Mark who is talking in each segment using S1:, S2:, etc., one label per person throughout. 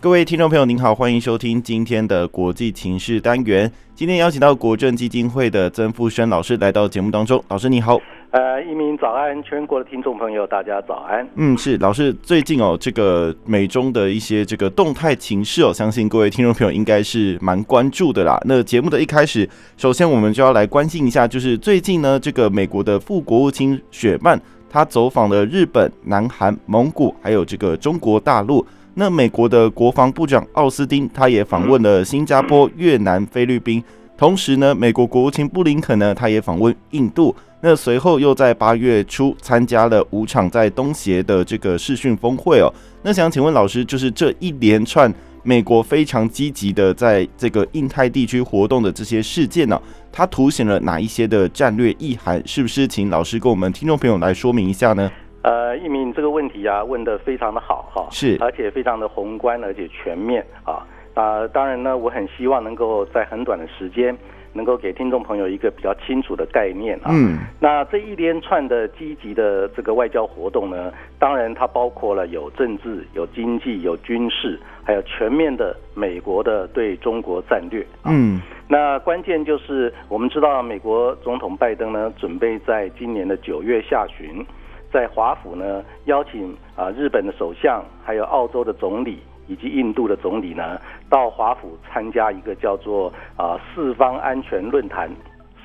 S1: 各位听众朋友，您好，欢迎收听今天的国际情势单元。今天邀请到国政基金会的曾富生老师来到节目当中。老师你好，
S2: 呃，一鸣早安，全国的听众朋友，大家早安。
S1: 嗯，是老师，最近哦，这个美中的一些这个动态情势哦，相信各位听众朋友应该是蛮关注的啦。那节目的一开始，首先我们就要来关心一下，就是最近呢，这个美国的副国务卿雪曼他走访了日本、南韩、蒙古，还有这个中国大陆。那美国的国防部长奥斯汀，他也访问了新加坡、越南、菲律宾。同时呢，美国国务卿布林肯呢，他也访问印度。那随后又在八月初参加了五场在东协的这个视讯峰会哦。那想请问老师，就是这一连串美国非常积极的在这个印太地区活动的这些事件呢、它凸显了哪一些的战略意涵？是不是请老师跟我们听众朋友来说明一下呢？
S2: 呃，一鸣这个问题啊，问得非常的好哈、
S1: 是
S2: 而且非常的宏观，而且全面啊。啊、当然呢，我很希望能够在很短的时间，能够给听众朋友一个比较清楚的概念啊。
S1: 嗯，
S2: 那这一连串的积极的这个外交活动呢，当然它包括了有政治、有经济、有军事，还有全面的美国的对中国战略。
S1: 嗯，
S2: 那关键就是我们知道，美国总统拜登呢，准备在今年的九月下旬，在华府呢邀请啊、日本的首相，还有澳洲的总理。以及印度的总理呢，到华府参加一个叫做啊、四方安全论坛、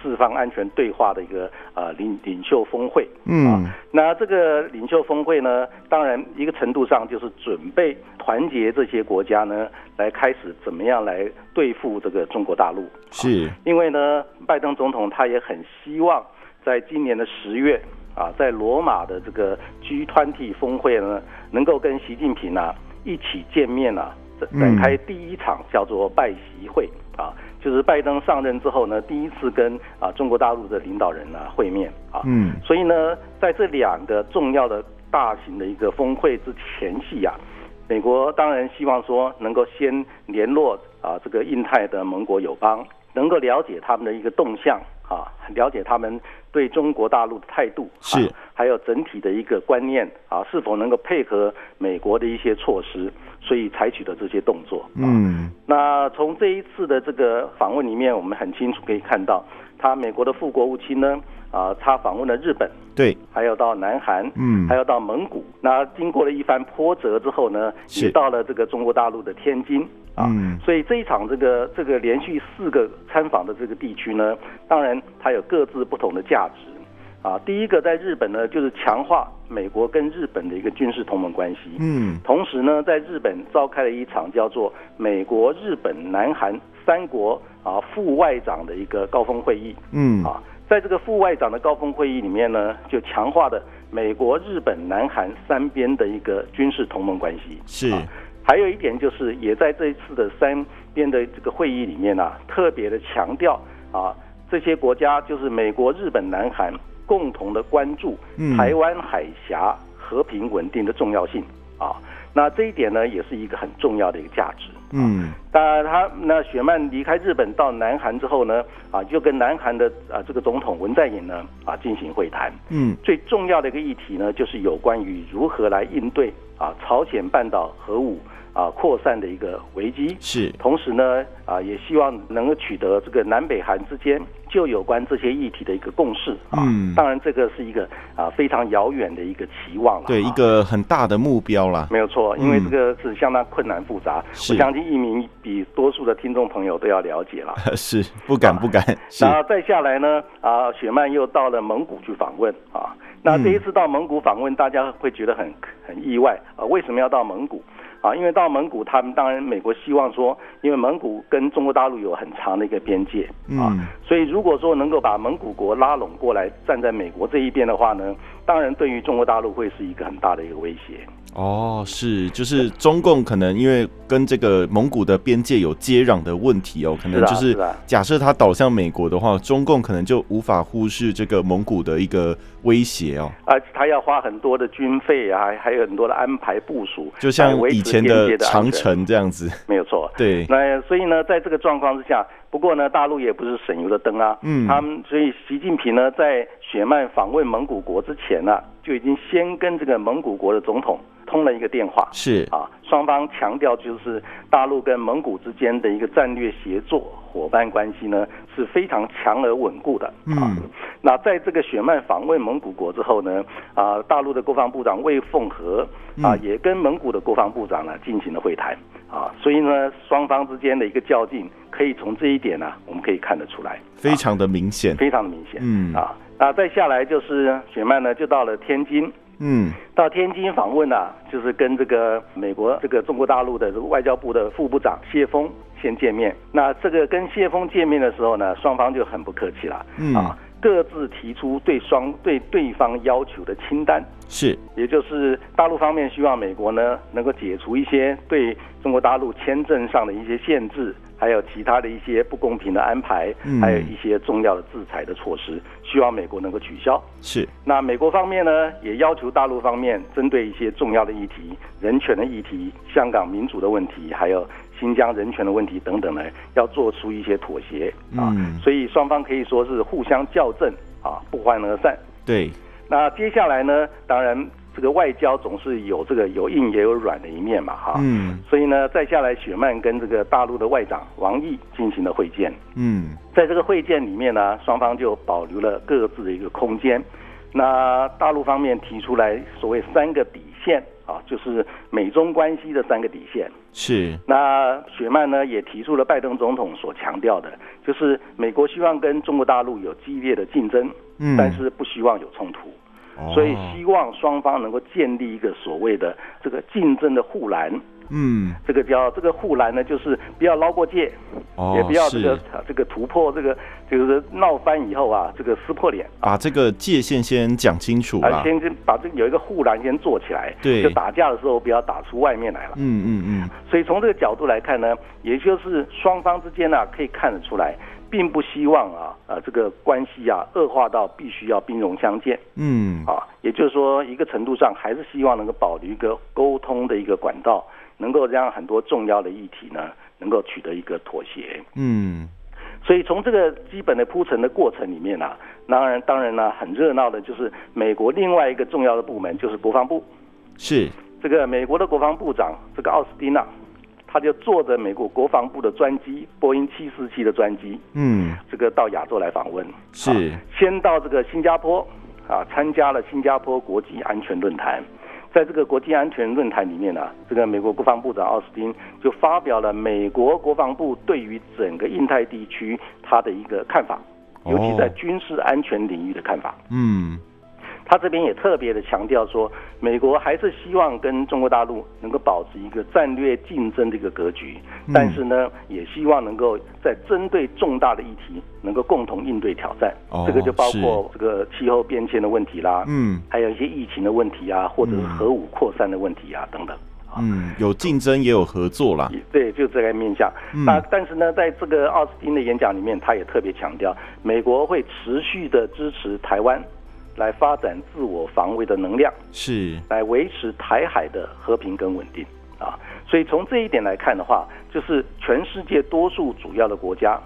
S2: 四方安全对话的一个啊领领袖峰会。
S1: 嗯，
S2: 那这个领袖峰会呢，当然一个程度上就是准备团结这些国家呢，来开始怎么样来对付这个中国大陆。
S1: 是，
S2: 因为呢，拜登总统他也很希望在今年的十月啊，在罗马的这个 G20 峰会呢，能够跟习近平啊一起见面啊，展
S1: 嗯
S2: 展开第一场叫做拜习会啊，就是拜登上任之后呢，第一次跟啊中国大陆的领导人呢、会面啊。
S1: 嗯，
S2: 所以呢，在这两个重要的大型的一个峰会之前夕啊，美国当然希望说能够先联络啊这个印太的盟国友邦，能够了解他们的一个动向啊，了解他们对中国大陆的态度，啊
S1: 是
S2: 还有整体的一个观念啊，是否能够配合美国的一些措施，所以采取的这些动作。啊
S1: 嗯，
S2: 那从这一次的这个访问里面，我们很清楚可以看到，他美国的副国务卿呢，啊、他访问了日本，
S1: 对，
S2: 还有到南韩，
S1: 嗯
S2: 还有到蒙古。那经过了一番波折之后呢，
S1: 是
S2: 也到了这个中国大陆的天津啊。
S1: 嗯
S2: 所以这一场这个这个连续四个参访的这个地区呢，当然它有各自不同的价值。啊，第一个在日本呢，就是强化美国跟日本的一个军事同盟关系。
S1: 嗯，
S2: 同时呢，在日本召开了一场叫做美国、日本、南韩三国啊副外长的一个高峰会议。
S1: 嗯，
S2: 啊，在这个副外长的高峰会议里面呢，就强化了美国、日本、南韩三边的一个军事同盟关系。
S1: 是，
S2: 还有一点就是，也在这一次的三边的这个会议里面呢、特别的强调啊，这些国家就是美国、日本、南韩共同的关注
S1: 嗯
S2: 台湾海峡和平稳定的重要性啊。那这一点呢，也是一个很重要的一个价值。
S1: 嗯，
S2: 当然，他那雪曼离开日本到南韩之后呢，啊，就跟南韩的啊这个总统文在寅呢啊进行会谈。
S1: 嗯，
S2: 最重要的一个议题呢，就是有关于如何来应对啊朝鲜半岛核武啊扩散的一个危机。
S1: 是，
S2: 同时呢，啊，也希望能够取得这个南北韩之间就有关这些议题的一个共识啊。
S1: 嗯
S2: 当然，这个是一个啊非常遥远的一个期望了、
S1: 对，
S2: 啊
S1: 一个很大的目标啦。
S2: 没有错，因为这个是相当困难复杂，
S1: 嗯是
S2: 我相信一鸣比多数的听众朋友都要了解了。
S1: 是，不
S2: 啊
S1: 敢 不敢，是，
S2: 那再下来呢，啊，雪曼又到了蒙古去访问啊。那这一次到蒙古访问，大家会觉得很很意外啊，为什么要到蒙古？啊，因为到蒙古，他们当然美国希望说，因为蒙古跟中国大陆有很长的一个边界啊，
S1: 嗯
S2: 所以如果说能够把蒙古国拉拢过来，站在美国这一边的话呢，当然对于中国大陆会是一个很大的一个威胁。
S1: 哦，是，就是中共可能因为跟这个蒙古的边界有接壤的问题哦，可能
S2: 是啊
S1: 就是
S2: 是啊
S1: 假设它倒向美国的话，中共可能就无法忽视这个蒙古的一个威胁哦，
S2: 而且啊他要花很多的军费啊，还还有很多的安排部署，
S1: 就
S2: 来
S1: 像
S2: 维持
S1: 以前
S2: 边界的安
S1: 长
S2: 全，
S1: 城这样 子，
S2: 没有错。
S1: 对，
S2: 那所以呢，在这个状况之下，不过呢，大陆也不是省油的灯啊。
S1: 嗯
S2: 他们所以习近平呢，在雪曼访问蒙古国之前呢、就已经先跟这个蒙古国的总统通了一个电话
S1: 是，
S2: 啊，双方强调就是大陆跟蒙古之间的一个战略协作伙伴关系呢是非常强而稳固的。啊
S1: 嗯，
S2: 那在这个雪曼访问蒙古国之后呢，啊，大陆的国防部长魏凤和啊，
S1: 嗯
S2: 也跟蒙古的国防部长呢进行了会谈啊，所以呢，双方之间的一个较劲，可以从这一点呢、我们可以看得出来，
S1: 非常的明显，
S2: 非常的明显。
S1: 嗯
S2: 啊，那再下来就是雪曼呢，就到了天津。
S1: 嗯，
S2: 到天津访问呢、就是跟这个美国这个中国大陆的这个外交部的副部长谢峰先见面。那这个跟谢峰见面的时候呢，双方就很不客气了，
S1: 嗯
S2: 啊，各自提出对双对对方要求的清单，
S1: 是，
S2: 也就是大陆方面希望美国呢能够解除一些对中国大陆签证上的一些限制，还有其他的一些不公平的安排
S1: 嗯，
S2: 还有一些重要的制裁的措施，希望美国能够取消。
S1: 是，
S2: 那美国方面呢，也要求大陆方面针对一些重要的议题，人权的议题、香港民主的问题，还有新疆人权的问题等等呢，要做出一些妥协啊。
S1: 嗯
S2: 所以双方可以说是互相校正啊，不欢而散。
S1: 对，
S2: 那接下来呢，当然这个外交总是有这个有硬也有软的一面嘛，哈、
S1: 嗯
S2: 所以呢，再下来雪曼跟这个大陆的外长王毅进行了会见，
S1: 嗯，
S2: 在这个会见里面呢，双方就保留了各自的一个空间。那大陆方面提出来所谓三个底线啊，就是美中关系的三个底线。
S1: 是，
S2: 那雪曼呢也提出了拜登总统所强调的，就是美国希望跟中国大陆有激烈的竞争，
S1: 嗯
S2: 但是不希望有冲突。所以
S1: 哦
S2: 希望双方能够建立一个所谓的这个竞争的护栏，
S1: 嗯，
S2: 这个叫这个护栏呢，就是不要捞过界，
S1: 哦，
S2: 也不要这
S1: 是。
S2: 个这个突破这个就是闹翻以后啊，这个撕破脸。
S1: 把这个界限先讲清楚
S2: 啊，
S1: 啦。
S2: 先先把这个有一个护栏先做起来，
S1: 对
S2: 就打架的时候不要打出外面来了。
S1: 嗯嗯
S2: 所以从这个角度来看呢，也就是双方之间呢、啊可以看得出来，并不希望啊，呃，这个关系啊恶化到必须要兵戎相见。
S1: 嗯嗯，
S2: 啊，也就是说，一个程度上还是希望能够保留一个沟通的一个管道，能够让很多重要的议题呢，能够取得一个妥协。
S1: 嗯，
S2: 所以从这个基本的铺陈的过程里面啊，当然当然呢，很热闹的就是美国另外一个重要的部门就是国防部，
S1: 是，
S2: 这个美国的国防部长这个奥斯汀啊，他就坐着美国国防部的专机波音七四七的专机，
S1: 嗯
S2: 这个到亚洲来访问，
S1: 是
S2: 啊先到这个新加坡啊，参加了新加坡国际安全论坛。在这个国际安全论坛里面呢、这个美国国防部长奥斯汀就发表了美国国防部对于整个印太地区他的一个看法，
S1: 哦
S2: 尤其在军事安全领域的看法。
S1: 嗯
S2: 他这边也特别的强调说，美国还是希望跟中国大陆能够保持一个战略竞争的一个格局
S1: 嗯，
S2: 但是呢，也希望能够在针对重大的议题能够共同应对挑战。
S1: 哦
S2: 这个就包括这个气候变迁的问题啦，
S1: 嗯
S2: 还有一些疫情的问题啊，或者是核武扩散的问题啊等等。
S1: 嗯，有竞争也有合作啦。
S2: 也对，就这个面向。
S1: 嗯
S2: 那但是呢，在这个奥斯汀的演讲里面，他也特别强调，美国会持续的支持台湾来发展自我防卫的能量。
S1: 是
S2: 来维持台海的和平跟稳定啊。所以从这一点来看的话，就是全世界多数主要的国家，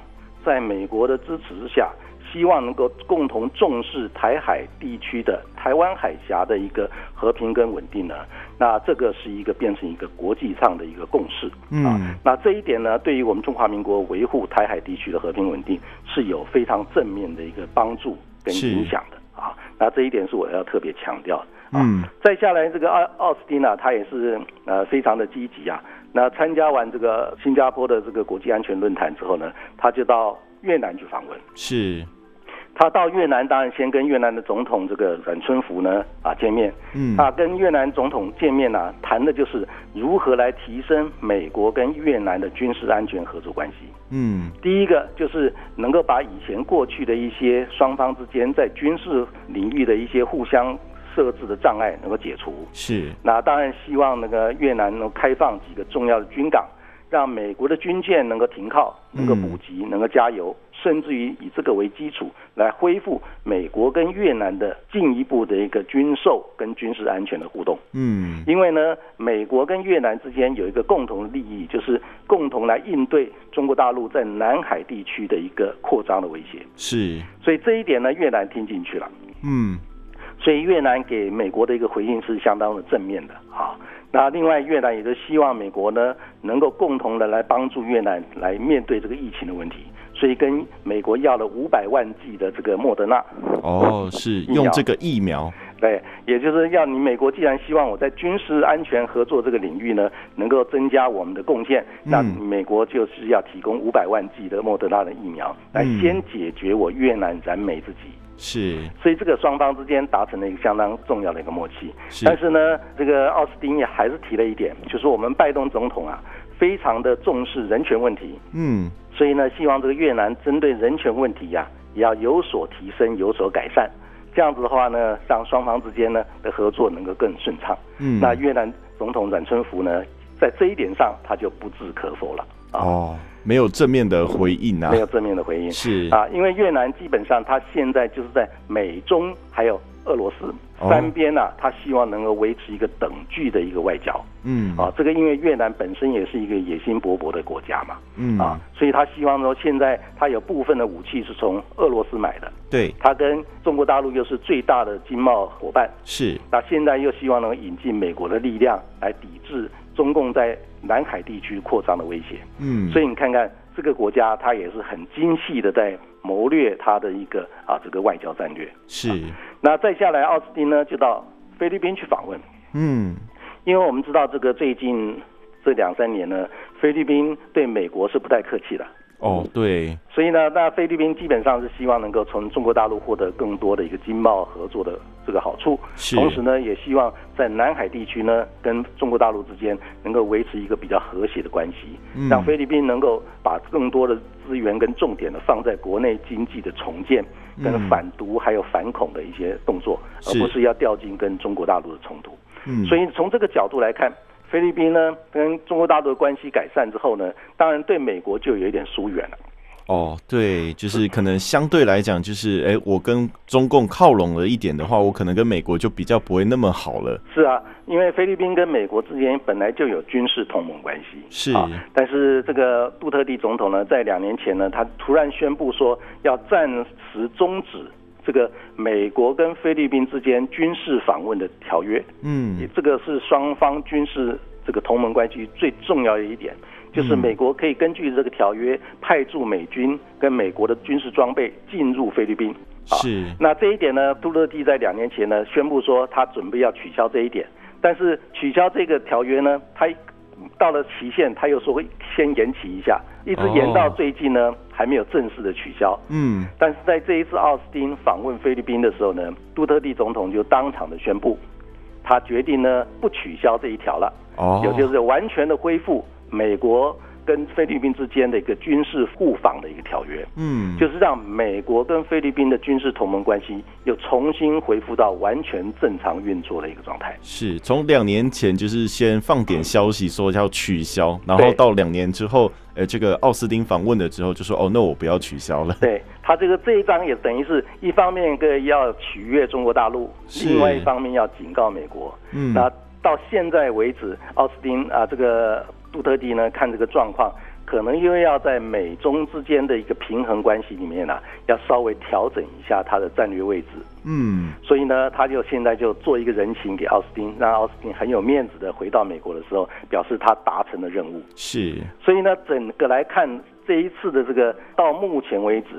S2: 在美国的支持之下，希望能够共同重视台海地区的台湾海峡的一个和平跟稳定呢。那这个是一个变成一个国际上的一个共识啊。
S1: 嗯
S2: 那这一点呢，对于我们中华民国维护台海地区的和平稳定是有非常正面的一个帮助跟
S1: 是
S2: 影响的啊。那这一点是我要特别强调的。啊
S1: 嗯
S2: 再下来，这个奥奥斯汀啊，他也是呃非常的积极啊。那参加完这个新加坡的这个国际安全论坛之后呢，他就到越南去访问。
S1: 是
S2: 他到越南，当然先跟越南的总统这个阮春福呢啊见面，
S1: 嗯
S2: 啊跟越南总统见面呢、啊谈的就是如何来提升美国跟越南的军事安全合作关系。
S1: 嗯
S2: 第一个就是能够把以前过去的一些双方之间在军事领域的一些互相设置的障碍能够解除。
S1: 是
S2: 那当然希望那个越南能开放几个重要的军港，让美国的军舰能够停靠，能够补给，能够加油，甚至于以这个为基础来恢复美国跟越南的进一步的一个军售跟军事安全的互动。
S1: 嗯
S2: 因为呢，美国跟越南之间有一个共同的利益，就是共同来应对中国大陆在南海地区的一个扩张的威胁。
S1: 是
S2: 所以这一点呢，越南听进去了。
S1: 嗯
S2: 所以越南给美国的一个回应是相当的正面的啊。那另外，越南也就希望美国呢能够共同的来帮助越南来面对这个疫情的问题，所以跟美国要了五百万剂的这个莫德纳，
S1: 哦是用这个疫苗
S2: 对，也就是要你美国既然希望我在军事安全合作这个领域呢能够增加我们的贡献，那
S1: 嗯
S2: 美国就是要提供五百万剂的莫德纳的疫苗来
S1: 嗯
S2: 先解决我越南燃眉之急。
S1: 是
S2: 所以这个双方之间达成了一个相当重要的一个默契。
S1: 是
S2: 但是呢，这个奥斯汀也还是提了一点，就是我们拜登总统啊，非常的重视人权问题，
S1: 嗯
S2: 所以呢，希望这个越南针对人权问题呀、也要有所提升，有所改善。这样子的话呢，让双方之间呢的合作能够更顺畅。
S1: 嗯
S2: 那越南总统阮春福呢，在这一点上他就不置可否了啊，
S1: 哦没有正面的回应啊
S2: 没有正面的回应。
S1: 是
S2: 啊，因为越南基本上它现在就是在美中还有俄罗斯
S1: 哦
S2: 三边呢、它希望能够维持一个等距的一个外交
S1: 嗯
S2: 啊。这个因为越南本身也是一个野心勃勃的国家嘛，
S1: 嗯
S2: 啊，所以他希望说现在它有部分的武器是从俄罗斯买的，
S1: 对
S2: 它跟中国大陆又是最大的经贸伙伴，
S1: 是
S2: 那现在又希望能引进美国的力量来抵制中共在南海地区扩张的威胁。
S1: 嗯
S2: 所以你看看这个国家，它也是很精细的在谋略它的一个啊这个外交战略。
S1: 是
S2: 那再下来，奥斯汀呢就到菲律宾去访问，
S1: 嗯
S2: 因为我们知道这个最近这两三年呢，菲律宾对美国是不太客气的。
S1: 哦对
S2: 所以呢，那菲律宾基本上是希望能够从中国大陆获得更多的一个经贸合作的这个好处，
S1: 是
S2: 同时呢，也希望在南海地区呢跟中国大陆之间能够维持一个比较和谐的关系，
S1: 嗯
S2: 让菲律宾能够把更多的资源跟重点呢放在国内经济的重建、跟
S1: 嗯
S2: 反毒还有反恐的一些动作，而
S1: 是
S2: 不是要掉进跟中国大陆的冲突。
S1: 嗯
S2: 所
S1: 以
S2: 以从这个角度来看，菲律宾呢跟中国大陆的关系改善之后呢，当然对美国就有一点疏远了。
S1: 哦对就是可能相对来讲就是哎我跟中共靠拢了一点的话，我可能跟美国就比较不会那么好了
S2: 是啊，因为菲律宾跟美国之间本来就有军事同盟关系，
S1: 是
S2: 啊。但是这个杜特地总统呢，在两年前呢，他突然宣布说要暂时终止这个美国跟菲律宾之间军事访问的条约，
S1: 嗯
S2: 这个是双方军事这个同盟关系最重要的一点。就是
S1: 嗯
S2: 美国可以根据这个条约派驻美军跟美国的军事装备进入菲律宾，啊
S1: 是
S2: 那这一点呢，杜特地在两年前呢宣布说他准备要取消这一点，但是取消这个条约呢，他一到了期限他又说会先延期一下，一直延到
S1: 哦
S2: 最近呢、还没有正式的取消。
S1: 嗯
S2: 但是在这一次奥斯汀访问菲律宾的时候呢，杜特地总统就当场的宣布，他决定呢不取消这一条了，
S1: 哦
S2: 也就是完全的恢复美国跟菲律宾之间的一个军事互访的一个条约。
S1: 嗯
S2: 就是让美国跟菲律宾的军事同盟关系又重新恢复到完全正常运作的一个状态。
S1: 是从两年前就是先放点消息说要取消，然后到两年之后，呃，这个奥斯汀访问了之后就说哦，那我不要取消了。
S2: 对他这个这一章也等于是一方面个要取悦中国大陆，
S1: 是
S2: 另外一方面要警告美国。
S1: 嗯
S2: 那到现在为止，奥斯汀啊，这个杜特地呢，看这个状况，可能又要在美中之间的一个平衡关系里面呢、要稍微调整一下他的战略位置。
S1: 嗯，
S2: 所以呢，他就现在就做一个人情给奥斯汀，让奥斯汀很有面子的回到美国的时候，表示他达成了任务。
S1: 是
S2: 所以呢，整个来看这一次的这个到目前为止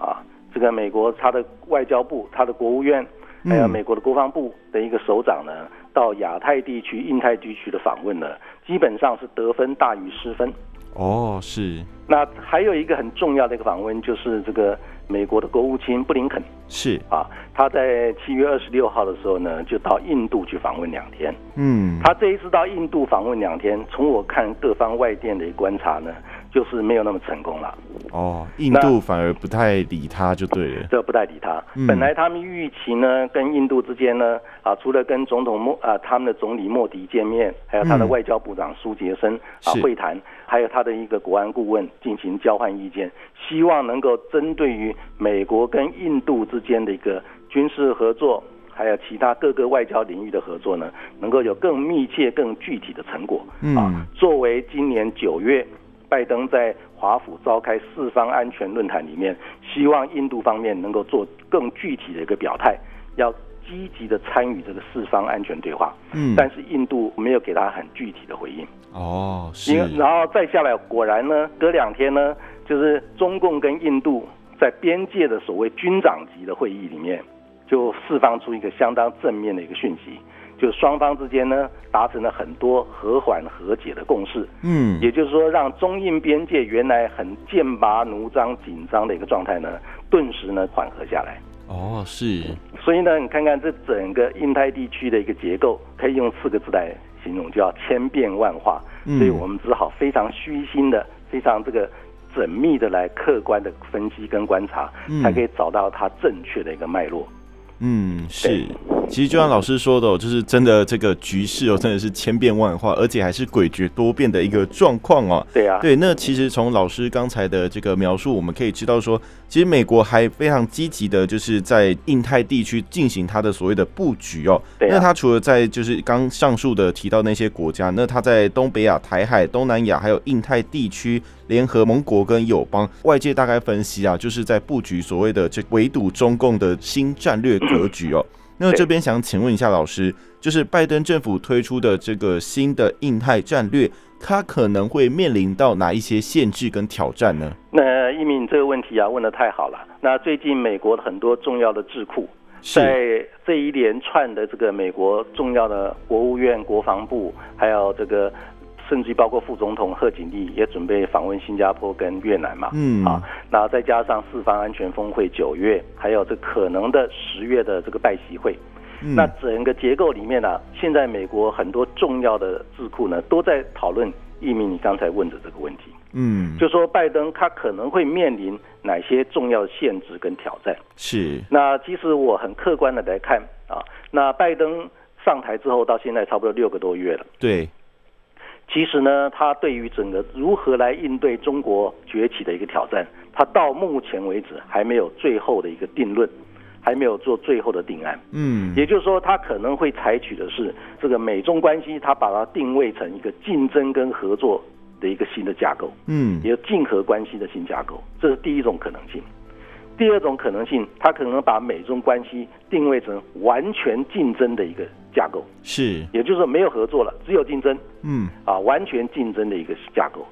S2: 啊，这个美国他的外交部、他的国务院，还有
S1: 嗯
S2: 美国的国防部的一个首长呢，到亚太地区、印太地区的访问呢，基本上是得分大于失分。
S1: 哦，是
S2: 那还有一个很重要的一个访问，就是这个美国的国务卿布林肯
S1: 是，
S2: 啊，他在七月二十六号的时候呢，就到印度去访问两天。
S1: 嗯，
S2: 他这一次到印度访问两天，从我看各方外电的观察呢，就是没有那么成功了，
S1: 哦，印
S2: 那
S1: 度反而不太理他就对了，
S2: 这不太理他
S1: 嗯。
S2: 本来他们预期呢，跟印度之间呢，啊，除了跟总统莫啊他们的总理莫迪见面，还有他的
S1: 嗯
S2: 外交部长苏杰生啊
S1: 是
S2: 会谈，还有他的一个国安顾问进行交换意见，希望能够针对于美国跟印度之间的一个军事合作。还有其他各个外交领域的合作呢，能够有更密切、更具体的成果。
S1: 嗯
S2: 啊，作为今年九月拜登在华府召开四方安全论坛里面，希望印度方面能够做更具体的一个表态，要积极的参与这个四方安全对话。
S1: 嗯，
S2: 但是印度没有给他很具体的回应，
S1: 哦是
S2: 因为，然后再下来，果然呢，隔两天呢，就是中共跟印度在边界的所谓军长级的会议里面，就释放出一个相当正面的一个讯息，就是双方之间呢达成了很多和缓和解的共识。
S1: 嗯
S2: 也就是说，让中印边界原来很剑拔弩张、紧张的一个状态呢，顿时呢缓和下来。
S1: 哦是，
S2: 所以呢，你看看这整个印太地区的一个结构，可以用四个字来形容，叫千变万化。
S1: 嗯
S2: 所以我们只好非常虚心的、非常这个缜密的来客观的分析跟观察
S1: 嗯，
S2: 才可以找到它正确的一个脉络。
S1: 嗯，是。其实就像老师说的、哦，就是真的这个局势哦，真 的是千变万化，而且还是诡谲多变的一个状况哦。
S2: 对啊，
S1: 对，那其实从老师刚才的这个描述，我们可以知道说，其实美国还非常积极的，就是在印太地区进行它的所谓的布局哦。
S2: 对啊
S1: 那它除了在就是刚上述的提到那些国家，那它在东北亚、台海、东南亚还有印太地区联合盟国跟友邦，外界大概分析啊，就是在布局所谓的这围堵中共的新战略格局哦。那这边想请问一下老师，就是拜登政府推出的这个新的印太战略，它可能会面临到哪一些限制跟挑战呢？
S2: 那一鸣这个问题啊问的太好了。那最近美国的很多重要的智库，
S1: 是，
S2: 在这一连串的这个美国重要的国务院、国防部，还有这个甚至于包括副总统贺锦丽也准备访问新加坡跟越南嘛，
S1: 嗯
S2: 啊，然后再加上四方安全峰会九月，还有这可能的十月的这个拜习会，
S1: 嗯
S2: 那整个结构里面呢、现在美国很多重要的智库呢都在讨论一鸣你刚才问的这个问题，
S1: 嗯，
S2: 就说拜登他可能会面临哪些重要的限制跟挑战。
S1: 是，
S2: 那其实我很客观的来看啊，那拜登上台之后到现在差不多六个多月了。
S1: 对，
S2: 其实呢，他对于整个如何来应对中国崛起的一个挑战，他到目前为止还没有最后的一个定论，还没有做最后的定案。
S1: 嗯，
S2: 也就是说，他可能会采取的是这个美中关系，他把它定位成一个竞争跟合作的一个新的架构。
S1: 嗯，
S2: 也有竞合关系的新架构，这是第一种可能性。第二种可能性，它可能把美中关系定位成完全竞争的一个架构，
S1: 是，
S2: 也就是说没有合作了，只有竞争
S1: 嗯，
S2: 啊，完全竞争的一个架构。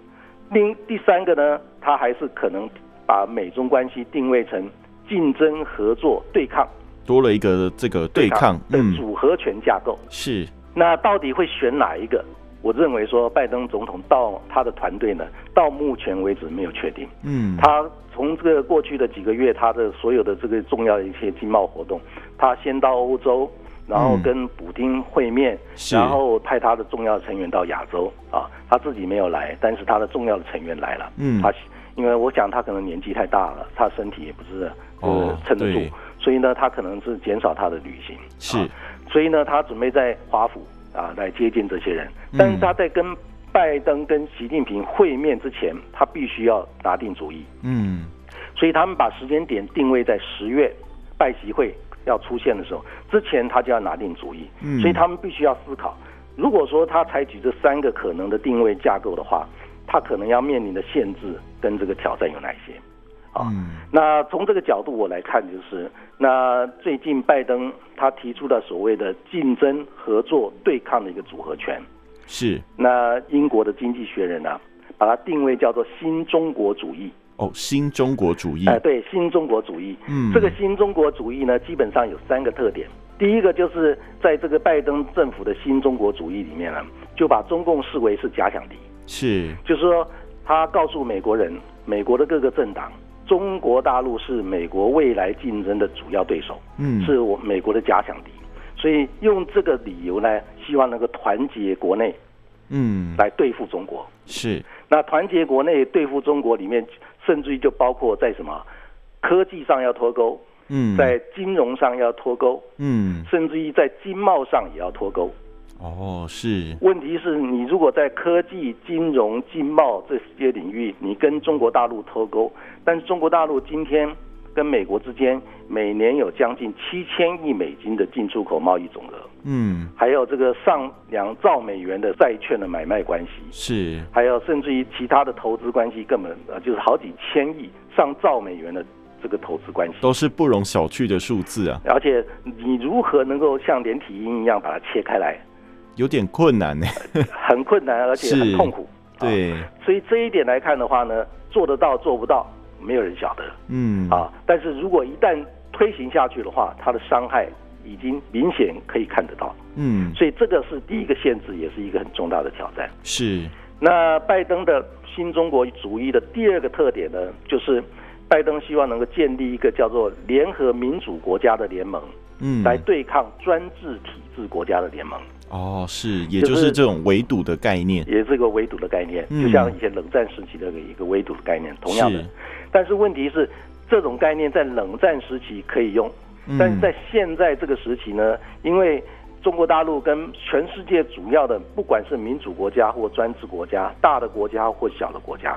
S2: 另第三个呢，它还是可能把美中关系定位成竞争、合作、对抗、啊
S1: 多了一个这个对抗，
S2: 的
S1: 嗯，
S2: 组合拳架构。
S1: 是，
S2: 那到底会选哪一个？我认为说，拜登总统到他的团队呢，到目前为止没有确定。
S1: 嗯，
S2: 他从这个过去的几个月，他的所有的这个重要的一些经贸活动，他先到欧洲，然后
S1: 嗯
S2: 跟普京会面，
S1: 是
S2: 然后派他的重要成员到亚洲啊，他自己没有来，但是他的重要的成员来了，
S1: 嗯
S2: 他因为我想他可能年纪太大了，他身体也不是
S1: 哦
S2: 呃撑得住
S1: 对，
S2: 所以呢，他可能是减少他的旅行，
S1: 是
S2: 啊，所以呢，他准备在华府啊来接见这些人，但是他在跟拜登跟习近平会面之前，他必须要拿定主意，
S1: 嗯，
S2: 所以他们把时间点定位在十月拜习会要出现的时候之前，他就要拿定主意
S1: 嗯，
S2: 所以他们必须要思考，如果说他采取这三个可能的定位架构的话，他可能要面临的限制跟这个挑战有哪些？啊，
S1: 嗯，
S2: 那从这个角度我来看，就是那最近拜登他提出了所谓的竞争、合作、对抗的一个组合拳。
S1: 是，
S2: 那英国的《经济学人》啊，把它定位叫做新中国主义。
S1: 哦，新中国主义
S2: 哎、，对，新中国主义。
S1: 嗯
S2: 这个新中国主义呢，基本上有三个特点。第一个就是在这个拜登政啊府的新中国主义里面呢，就把中共视为是假想敌，
S1: 是，
S2: 就是说他告诉美国人，美国的各个政党，中国大陆是美国未来竞争的主要对手，
S1: 嗯
S2: 是我美国的假想敌，所以用这个理由呢，希望能够团结国内
S1: 嗯，
S2: 来对付中国。
S1: 是
S2: 那团结国内对付中国里面，甚至于就包括在什么科技上要脱钩，
S1: 嗯，
S2: 在金融上要脱钩，
S1: 嗯
S2: 甚至于在经贸上也要脱钩。
S1: 哦是
S2: 问题是你如果在科技、金融、经贸这些领域，你跟中国大陆脱钩，但是中国大陆今天跟美国之间每年有将近七千亿美金的进出口贸易总额，
S1: 嗯
S2: 还有这个上两兆美元的债券的买卖关系，
S1: 是
S2: 还有甚至于其他的投资关系，根本呃就是好几千亿、上兆美元的这个投资关系。
S1: 都是不容小觑的数字啊，
S2: 而且你如何能够像连体婴一样把它切开来，
S1: 有点困难呢、
S2: 啊很困难，而且很
S1: 是
S2: 痛苦。啊
S1: 对，
S2: 所以这一点来看的话呢，做得到做不到，没有人晓得
S1: 嗯
S2: 啊。但是如果一旦推行下去的话，它的伤害已经明显可以看得到，
S1: 嗯
S2: 所以这个是第一个限制，也是一个很重大的挑战。
S1: 是
S2: 那拜登的新中国主义的第二个特点呢，就是拜登希望能够建立一个叫做联合民主国家的联盟，
S1: 嗯
S2: 来对抗专制体制国家的联盟。
S1: 哦是，也
S2: 就
S1: 就是
S2: 是
S1: 这种围堵的概念，
S2: 也是一个围堵的概念，
S1: 嗯
S2: 就像以前冷战时期的一个围堵的概念，同样的
S1: 是。
S2: 但是问题是，这种概念在冷战时期可以用，
S1: 嗯
S2: 但是在现在这个时期呢，因为中国大陆跟全世界主要的，不管是民主国家或专制国家、大的国家或小的国家，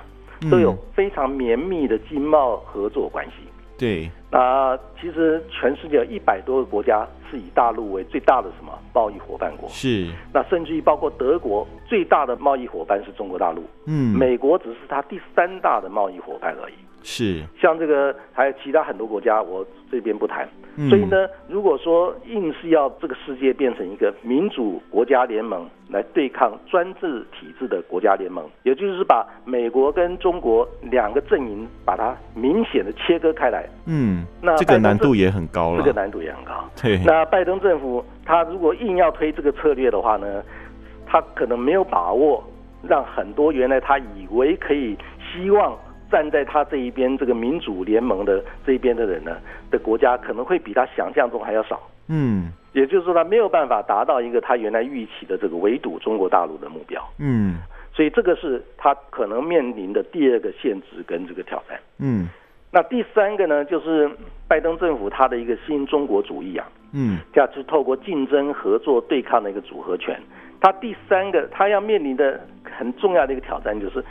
S2: 都有
S1: 嗯
S2: 非常绵密的经贸合作关系。
S1: 对
S2: 那其实全世界一百多个国家是以大陆为最大的什么贸易伙伴国，
S1: 是
S2: 那甚至于包括德国最大的贸易伙伴是中国大陆，
S1: 嗯
S2: 美国只是它第三大的贸易伙伴而已。
S1: 是
S2: 像这个还有其他很多国家，我这边不谈。
S1: 嗯
S2: 所以呢，如果说硬是要这个世界变成一个民主国家联盟来对抗专制体制的国家联盟，也就是把美国跟中国两个阵营把它明显的切割开来，
S1: 嗯
S2: 那
S1: 这个
S2: 拜登
S1: 难
S2: 政
S1: 度也很高
S2: 这个
S1: 了，
S2: 难度也很高。
S1: 对
S2: 那拜登政府他如果硬要推这个策略的话呢，他可能没有把握让很多原来他以为可以希望站在他这一边这个民主联盟的这一边的人呢的国家，可能会比他想象中还要少。
S1: 嗯
S2: 也就是说，他没有办法达到一个他原来预期的这个围堵中国大陆的目标，
S1: 嗯
S2: 所以这个是他可能面临的第二个限制跟这个挑战。
S1: 嗯
S2: 那第三个呢，就是拜登政府他的一个新中国主义啊，
S1: 嗯
S2: 价值透过竞争、合作、对抗的一个组合拳。它第三个，它要面临的很重要的一个挑战就是，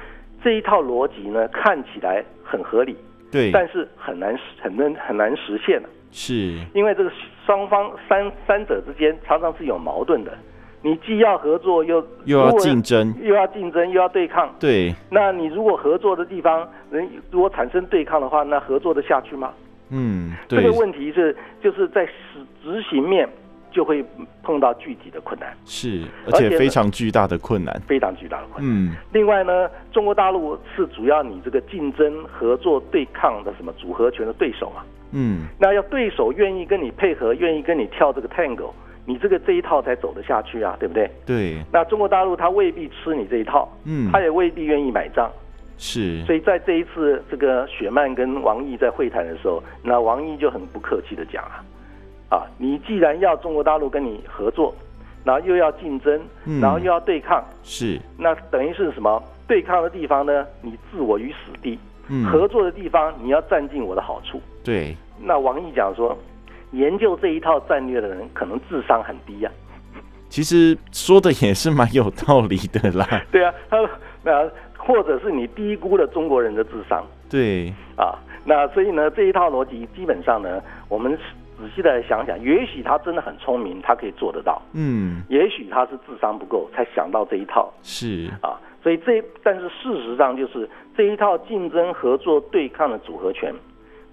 S2: 这一套逻辑呢看起来很合理，
S1: 对
S2: 但是很难实很难很难实现的，
S1: 是
S2: 因为这个双方三三者之间常常是有矛盾的。你既要合作又
S1: 又要
S2: 如果
S1: 竞争
S2: 又要竞争又要对抗。
S1: 对
S2: 那你如果合作的地方人如果产生对抗的话，那合作的下去吗？
S1: 嗯
S2: 这
S1: 对
S2: 个问题是就是在实执行面就会碰到具体的困难，
S1: 是，而
S2: 而且
S1: 且非
S2: 呢
S1: 常巨大的困难，
S2: 非常巨大的困难。
S1: 嗯
S2: 另外呢，中国大陆是主要你这个竞争、合作、对抗的什么组合拳的对手嘛？
S1: 嗯
S2: 那要对手愿意跟你配合，愿意跟你跳这个 tango，你这个这一套才走得下去啊，对不对？
S1: 对
S2: 那中国大陆他未必吃你这一套，
S1: 嗯
S2: 他也未必愿意买账。
S1: 是
S2: 所以在这一次这个雪曼跟王毅在会谈的时候，那王毅就很不客气的讲啊，啊，你既然要中国大陆跟你合作，然后又要竞争
S1: 嗯，
S2: 然后又要对抗，
S1: 是
S2: 那等于是什么？对抗的地方呢，你置我于死地；
S1: 嗯
S2: 合作的地方，你要占尽我的好处。
S1: 对
S2: 那王毅讲说，研究这一套战略的人，可能智商很低呀、，
S1: 其实说的也是蛮有道理的啦
S2: 对啊，他那或者是你低估了中国人的智商。
S1: 对，
S2: 啊，那所以呢，这一套逻辑基本上呢，我们仔细的想想，也许他真的很聪明，他可以做得到；
S1: 嗯，
S2: 也许他是智商不够才想到这一套
S1: 是，
S2: 啊。所以这，但是事实上就是这一套竞争、合作、对抗的组合拳，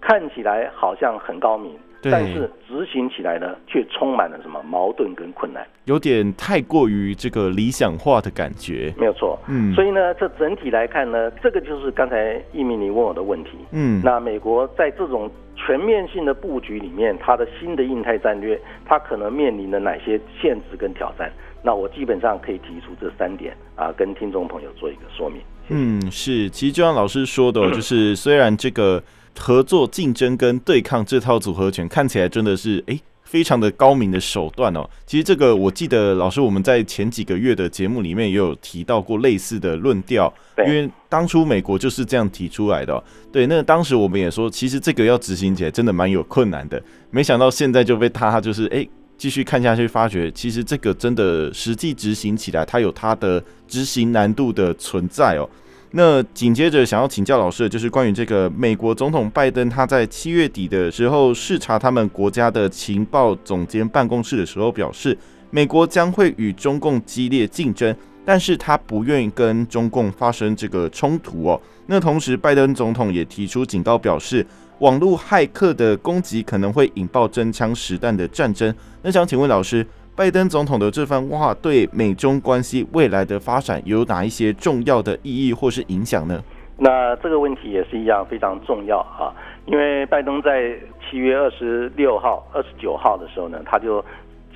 S2: 看起来好像很高明，
S1: 对
S2: 但是执行起来呢，却充满了什么矛盾跟困难？
S1: 有点太过于这个理想化的感觉。
S2: 没有错，
S1: 嗯
S2: 所以呢，这整体来看呢，这个就是刚才易明你问我的问题。
S1: 嗯，
S2: 那美国在这种全面性的布局里面，它的新的印太战略，它可能面临的哪些限制跟挑战？那我基本上可以提出这三点啊，跟听众朋友做一个说明。
S1: 嗯，是，其实就像老师说的哦、就是虽然这个合作、竞争跟对抗这套组合拳看起来真的是诶非常的高明的手段哦。其实这个我记得老师我们在前几个月的节目里面也有提到过类似的论调，因
S2: 对
S1: 为当初美国就是这样提出来的哦、对，那当时我们也说，其实这个要执行起来真的蛮有困难的，没想到现在就被他就是诶继续看下去，发觉其实这个真的实际执行起来，它有它的执行难度的存在哦。那紧接着想要请教老师的就是关于这个美国总统拜登，他在七月底的时候视察他们国家的情报总监办公室的时候表示，美国将会与中共激烈竞争，但是他不愿意跟中共发生这个冲突哦。那同时，拜登总统也提出警告，表示网络骇客的攻击可能会引爆真枪实弹的战争。那想请问老师，拜登总统的这番话对美中关系未来的发展有哪一些重要的意义或是影响呢？
S2: 那这个问题也是一样非常重要啊，因为拜登在七月二十六号、二十九号的时候呢，他就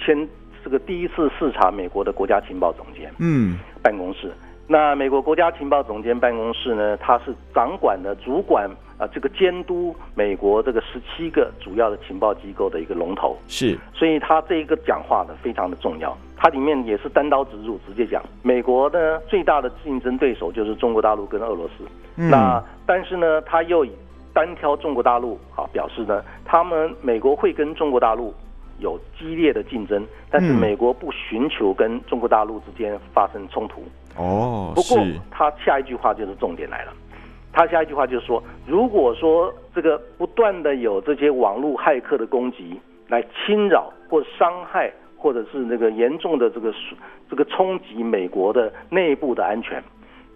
S2: 先这个第一次视察美国的国家情报总监
S1: 嗯，
S2: 办公室。那美国国家情报总监办公室呢，它是掌管的主管啊、呃这个监督美国这个十七个主要的情报机构的一个龙头，
S1: 是，
S2: 所以他这一个讲话呢非常的重要。它里面也是单刀直入，直接讲美国呢最大的竞争对手就是中国大陆跟俄罗斯。
S1: 嗯
S2: 那但是呢，他又以单挑中国大陆啊，表示呢，他们美国会跟中国大陆有激烈的竞争，但
S1: 嗯
S2: 是美国不寻求跟中国大陆之间发生冲突。
S1: 哦，
S2: 不过
S1: 是，
S2: 他下一句话就是重点来了，他下一句话就是说，如果说这个不断的有这些网络骇客的攻击来侵扰或伤害，或者是那个严重的这个损这个冲击美国的内部的安全。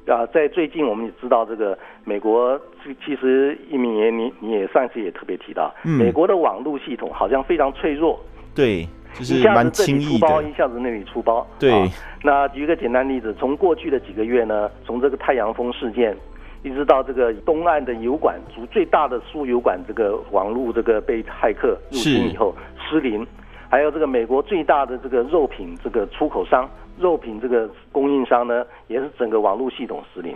S2: 啊，在最近我们也知道，这个美国其其实一鸣也你你也上次也特别提到，
S1: 嗯
S2: 美国的网络系统好像非常脆弱，
S1: 对，就
S2: 一
S1: 是
S2: 下
S1: 蛮
S2: 子这
S1: 轻
S2: 里出
S1: 易
S2: 包，
S1: 的
S2: 一，下子那里出包。
S1: 对
S2: 啊那举一个简单例子，从过去的几个月呢，从这个太阳风事件，一直到这个东岸的油管，足最大的输油管这个网络这个被骇客入侵
S1: 是
S2: 以后失灵，还有这个美国最大的这个肉品这个出口商、肉品这个供应商呢，也是整个网络系统失灵。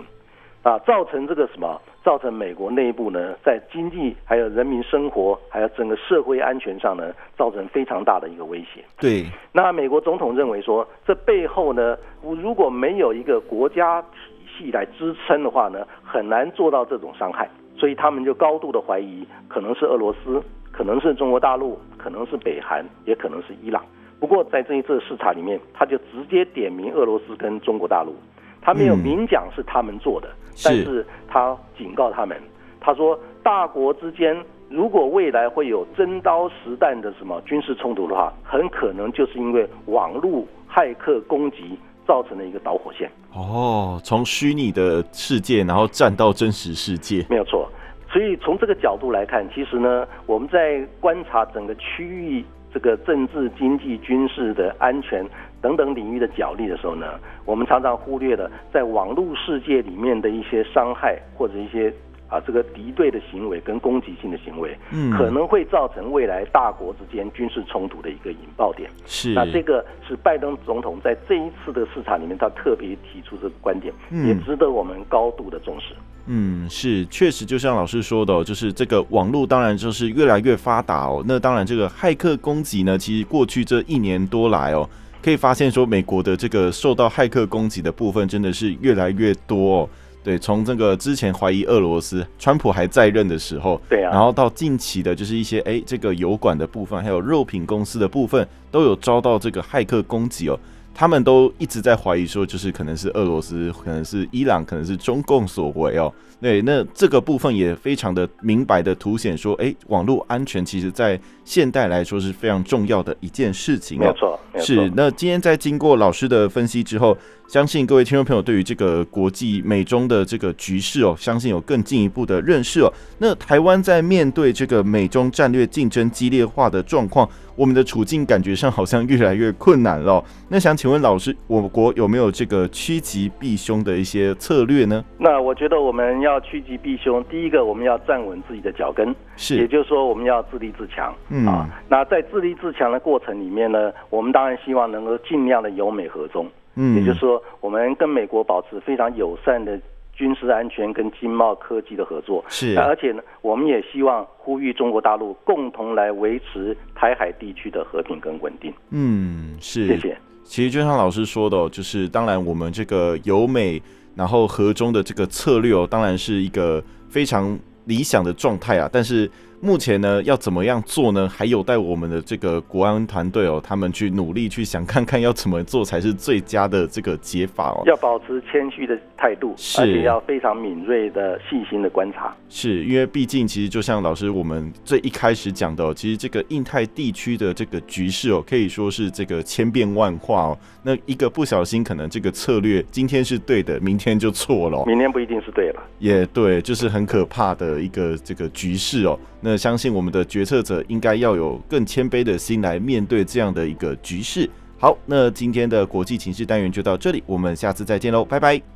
S2: 啊，造成这个什么？造成美国内部呢，在经济、还有人民生活、还有整个社会安全上呢，造成非常大的一个威胁。
S1: 对，
S2: 那美国总统认为说，这背后呢，如果没有一个国家体系来支撑的话呢，很难做到这种伤害，所以他们就高度的怀疑，可能是俄罗斯，可能是中国大陆，可能是北韩，也可能是伊朗。不过在这一次视察里面，他就直接点名俄罗斯跟中国大陆，他没有
S1: 嗯
S2: 明讲是他们做的，
S1: 是
S2: 但是他警告他们，他说大国之间如果未来会有真刀实弹的什么军事冲突的话，很可能就是因为网络骇客攻击造成的一个导火线，
S1: 哦，从虚拟的世界，然后站到真实世界，
S2: 没有错。所以从这个角度来看，其实呢，我们在观察整个区域这个政治、经济、军事的安全等等领域的角力的时候呢，我们常常忽略了在网络世界里面的一些伤害或者一些啊这个敌对的行为跟攻击性的行为，
S1: 嗯
S2: 可能会造成未来大国之间军事冲突的一个引爆点。
S1: 是，
S2: 那这个是拜登总统在这一次的市场里面，他特别提出这个观点，
S1: 嗯
S2: 也值得我们高度的重视。
S1: 嗯，是，确实就像老师说的、哦，就是这个网络当然就是越来越发达哦。那当然，这个骇客攻击呢，其实过去这一年多来哦，可以发现说美国的这个受到骇客攻击的部分真的是越来越多、哦。对，从这个之前怀疑俄罗斯，川普还在任的时候，
S2: 对啊
S1: 然后到近期的，就是一些哎这个油管的部分，还有肉品公司的部分，都有遭到这个骇客攻击哦。他们都一直在怀疑说，就是可能是俄罗斯，可能是伊朗，可能是中共所为哦。对，那这个部分也非常的明白的凸显说，诶，网络安全其实在现代来说是非常重要的一件事情
S2: 没
S1: 哦
S2: 有。错，没有错
S1: 是，那今天在经过老师的分析之后，相信各位听众朋友对于这个国际美中的这个局势哦，相信有更进一步的认识哦。那台湾在面对这个美中战略竞争激烈化的状况，我们的处境感觉上好像越来越困难了哦、那想请问老师，我国有没有这个趋吉避凶的一些策略呢？
S2: 那我觉得我们要趋吉避凶，第一个我们要站稳自己的脚跟，也
S1: 是，
S2: 就是说我们要自立自强。
S1: 嗯，
S2: 啊，那在自立自强的过程里面呢，我们当然希望能够尽量的由美和中，
S1: 嗯，
S2: 也就是说，我们跟美国保持非常友善的军事安全跟经贸科技的合作。啊
S1: 是
S2: 那而且呢，我们也希望呼吁中国大陆共同来维持台海地区的和平跟稳定。
S1: 嗯，是，
S2: 谢谢。
S1: 其实就像老师说的、哦，就是当然我们这个由美然后和中的这个策略哦，当然是一个非常理想的状态啊。但是目前呢，要怎么样做呢？还有待我们的这个国安团队哦，他们去努力去想看看要怎么做才是最佳的这个解法哦。
S2: 要保持谦虚的态度，
S1: 是
S2: 而且要非常敏锐的、细心的观察。
S1: 是因为毕竟，其实就像老师我们最一开始讲的、哦，其实这个印太地区的这个局势哦，可以说是这个千变万化哦。那一个不小心，可能这个策略今天是对的，明天就错了哦、
S2: 明天不一定是对了。
S1: 也对，就是很可怕的一个这个局势哦。那相信我们的决策者应该要有更谦卑的心来面对这样的一个局势。好，那今天的国际情势单元就到这里，我们下次再见喽，拜拜。